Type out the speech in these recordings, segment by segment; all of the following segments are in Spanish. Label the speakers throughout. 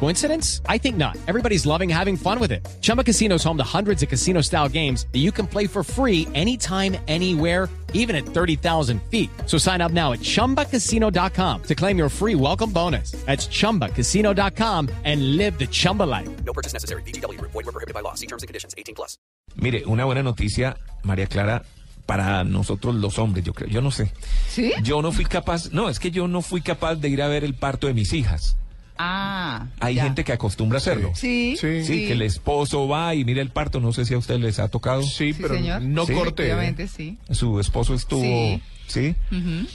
Speaker 1: Coincidence? I think not. Everybody's loving having fun with it. Chumba Casino is home to hundreds of casino style games that you can play for free anytime, anywhere even at 30,000 feet. So sign up now at ChumbaCasino.com to claim your free welcome bonus. That's ChumbaCasino.com and live the Chumba life.
Speaker 2: No purchase necessary. BGW. Void were prohibited by law. See terms and conditions. 18 plus.
Speaker 3: Mire, una buena noticia, María Clara, para nosotros los hombres, yo creo, yo no sé.
Speaker 4: ¿Sí?
Speaker 3: Yo no fui capaz, no, es que yo no fui capaz de ir a ver el parto de mis hijas.
Speaker 4: Ah.
Speaker 3: Hay
Speaker 4: ya.
Speaker 3: gente que acostumbra a hacerlo.
Speaker 4: Sí.
Speaker 3: Sí, que el esposo va y mira el parto, no sé si a ustedes les ha tocado.
Speaker 5: Sí,
Speaker 4: Sí,
Speaker 5: pero
Speaker 4: señor.
Speaker 5: no
Speaker 3: Sí.
Speaker 5: corte. ¿eh?
Speaker 4: Obviamente sí.
Speaker 3: Su esposo estuvo, ¿sí?
Speaker 4: Sí.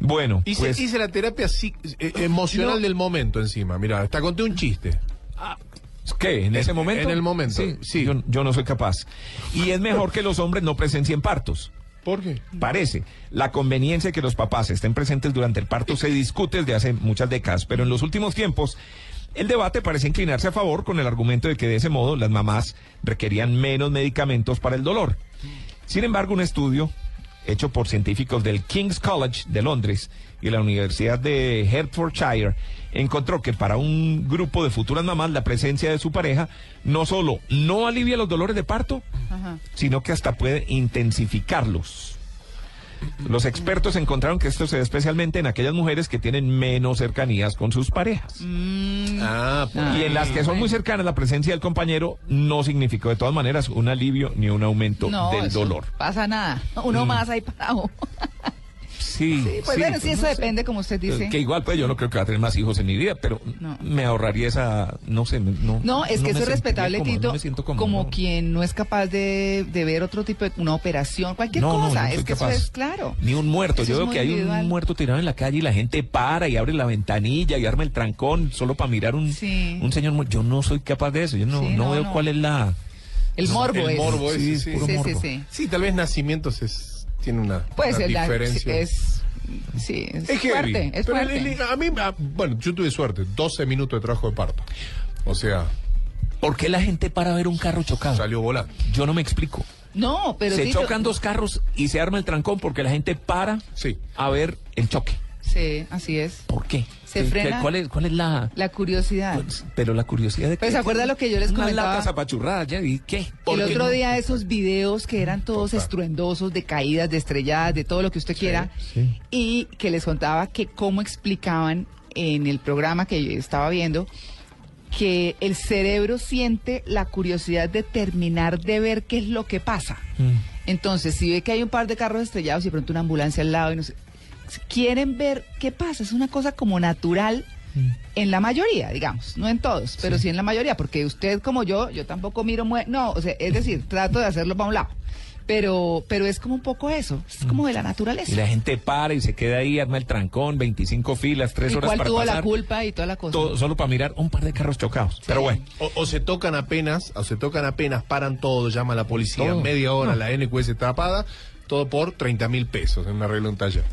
Speaker 3: Bueno,
Speaker 5: Hice,
Speaker 3: pues
Speaker 5: hice la terapia psi- eh, emocional del momento encima. Mira, hasta conté un chiste.
Speaker 3: ¿qué? ¿En ese momento?
Speaker 5: en el momento,
Speaker 3: Sí,
Speaker 5: sí.
Speaker 3: Yo, yo no soy capaz. Y es mejor que los hombres no presencien partos.
Speaker 5: ¿Por qué?
Speaker 3: Parece. La conveniencia de que los papás estén presentes durante el parto se discute desde hace muchas décadas, pero en los últimos tiempos el debate parece inclinarse a favor con el argumento de que de ese modo las mamás requerían menos medicamentos para el dolor. Sin embargo, un estudio hecho por científicos del King's College de Londres y la Universidad de Hertfordshire encontró que para un grupo de futuras mamás la presencia de su pareja no solo no alivia los dolores de parto,
Speaker 4: Ajá.
Speaker 3: sino que hasta puede intensificarlos. Los expertos encontraron que esto se da especialmente en aquellas mujeres que tienen menos cercanías con sus parejas.
Speaker 4: Mm.
Speaker 5: Ah, pues,
Speaker 4: Ah.
Speaker 3: Y en las que son muy cercanas, la presencia del compañero no significó de todas maneras un alivio ni un aumento
Speaker 4: No,
Speaker 3: del
Speaker 4: eso
Speaker 3: dolor. Mm.
Speaker 4: Pasa nada. Uno más ahí parado.
Speaker 3: Sí, eh,
Speaker 4: Sí, pues bueno, sí, eso depende, como usted dice.
Speaker 3: Que igual, pues yo no creo que va a tener más hijos en mi vida, pero
Speaker 4: No.
Speaker 3: me ahorraría esa, no sé, no. no me
Speaker 4: No, es que eso es
Speaker 3: sentiría
Speaker 4: respetable,
Speaker 3: cómodo,
Speaker 4: Tito,
Speaker 3: no me siento cómodo,
Speaker 4: como
Speaker 3: no.
Speaker 4: quien no es capaz de, de ver otro tipo de una operación, cualquier
Speaker 3: no, no,
Speaker 4: cosa.
Speaker 3: no
Speaker 4: es
Speaker 3: soy
Speaker 4: que
Speaker 3: capaz.
Speaker 4: eso es claro.
Speaker 3: Ni un muerto.
Speaker 4: Eso
Speaker 3: Yo
Speaker 4: es
Speaker 3: veo
Speaker 4: muy
Speaker 3: que hay
Speaker 4: individual.
Speaker 3: un muerto tirado en la calle y la gente para y abre la ventanilla y arma el trancón solo para mirar un,
Speaker 4: Sí.
Speaker 3: un señor muerto. Yo no soy capaz de eso. Yo no,
Speaker 4: Sí,
Speaker 3: no,
Speaker 4: no,
Speaker 3: veo
Speaker 4: no.
Speaker 3: cuál es la.
Speaker 4: El morbo
Speaker 5: el
Speaker 4: es.
Speaker 5: morbo es, sí,
Speaker 3: es
Speaker 5: sí.
Speaker 3: puro
Speaker 4: Sí, sí,
Speaker 3: morbo.
Speaker 4: sí.
Speaker 5: Sí, tal vez nacimientos es, tiene una,
Speaker 4: Pues
Speaker 5: una
Speaker 4: el la-
Speaker 5: diferencia.
Speaker 4: es. Sí, es,
Speaker 5: Es heavy,
Speaker 4: fuerte. Es
Speaker 5: pero el-
Speaker 4: fuerte.
Speaker 5: el- a mí, a- bueno, yo tuve suerte. 12 minutos de trabajo de parto. O sea,
Speaker 3: ¿Por qué la gente para ver un carro chocado?
Speaker 5: salió volando.
Speaker 3: Yo no me explico.
Speaker 4: No, pero
Speaker 3: se
Speaker 4: Tito-
Speaker 3: chocan dos carros y se arma el trancón porque la gente para
Speaker 5: Sí.
Speaker 3: a ver el choque.
Speaker 4: Sí, así es.
Speaker 3: ¿Por qué?
Speaker 4: Se
Speaker 3: ¿Qué-
Speaker 4: frena-
Speaker 3: ¿Cuál es, cuál es la.?
Speaker 4: La curiosidad.
Speaker 3: Pero la curiosidad de
Speaker 4: Pues, ¿se acuerda lo que yo les
Speaker 3: Unas
Speaker 4: comentaba?
Speaker 3: latas apachurradas, ya, ¿y qué? ¿Por
Speaker 4: El
Speaker 3: qué
Speaker 4: otro
Speaker 3: no?
Speaker 4: día esos videos que eran todos
Speaker 5: Total.
Speaker 4: estruendosos de caídas, de estrelladas, de todo lo que usted quiera,
Speaker 3: sí.
Speaker 4: y que les contaba que cómo explicaban en el programa que yo estaba viendo que el cerebro siente la curiosidad de terminar de ver qué es lo que pasa.
Speaker 3: Mm.
Speaker 4: Entonces, si ve que hay un par de carros estrellados y de pronto una ambulancia al lado y no sé, quieren ver qué pasa, es una cosa como natural
Speaker 3: Mm.
Speaker 4: en la mayoría, digamos, no en todos, pero sí, en la mayoría, porque usted como yo, yo tampoco miro, mue- no, o sea, es decir, trato de hacerlo para un lado, pero pero es como un poco eso, es como de la naturaleza.
Speaker 3: Y la gente para y se queda ahí, arma el trancón, 25 filas, 3 pues,
Speaker 4: ¿Y
Speaker 3: horas
Speaker 4: cuál
Speaker 3: para
Speaker 4: tuvo
Speaker 3: pasar.
Speaker 4: la culpa y toda la cosa?
Speaker 3: Todo- solo para mirar un par de carros chocados. Pero bueno,
Speaker 5: O, o se tocan apenas, o se tocan apenas, paran todo, llama a la policía,
Speaker 3: Todo.
Speaker 5: media hora, la NQS tapada, todo por 30 mil pesos en un arreglo en taller.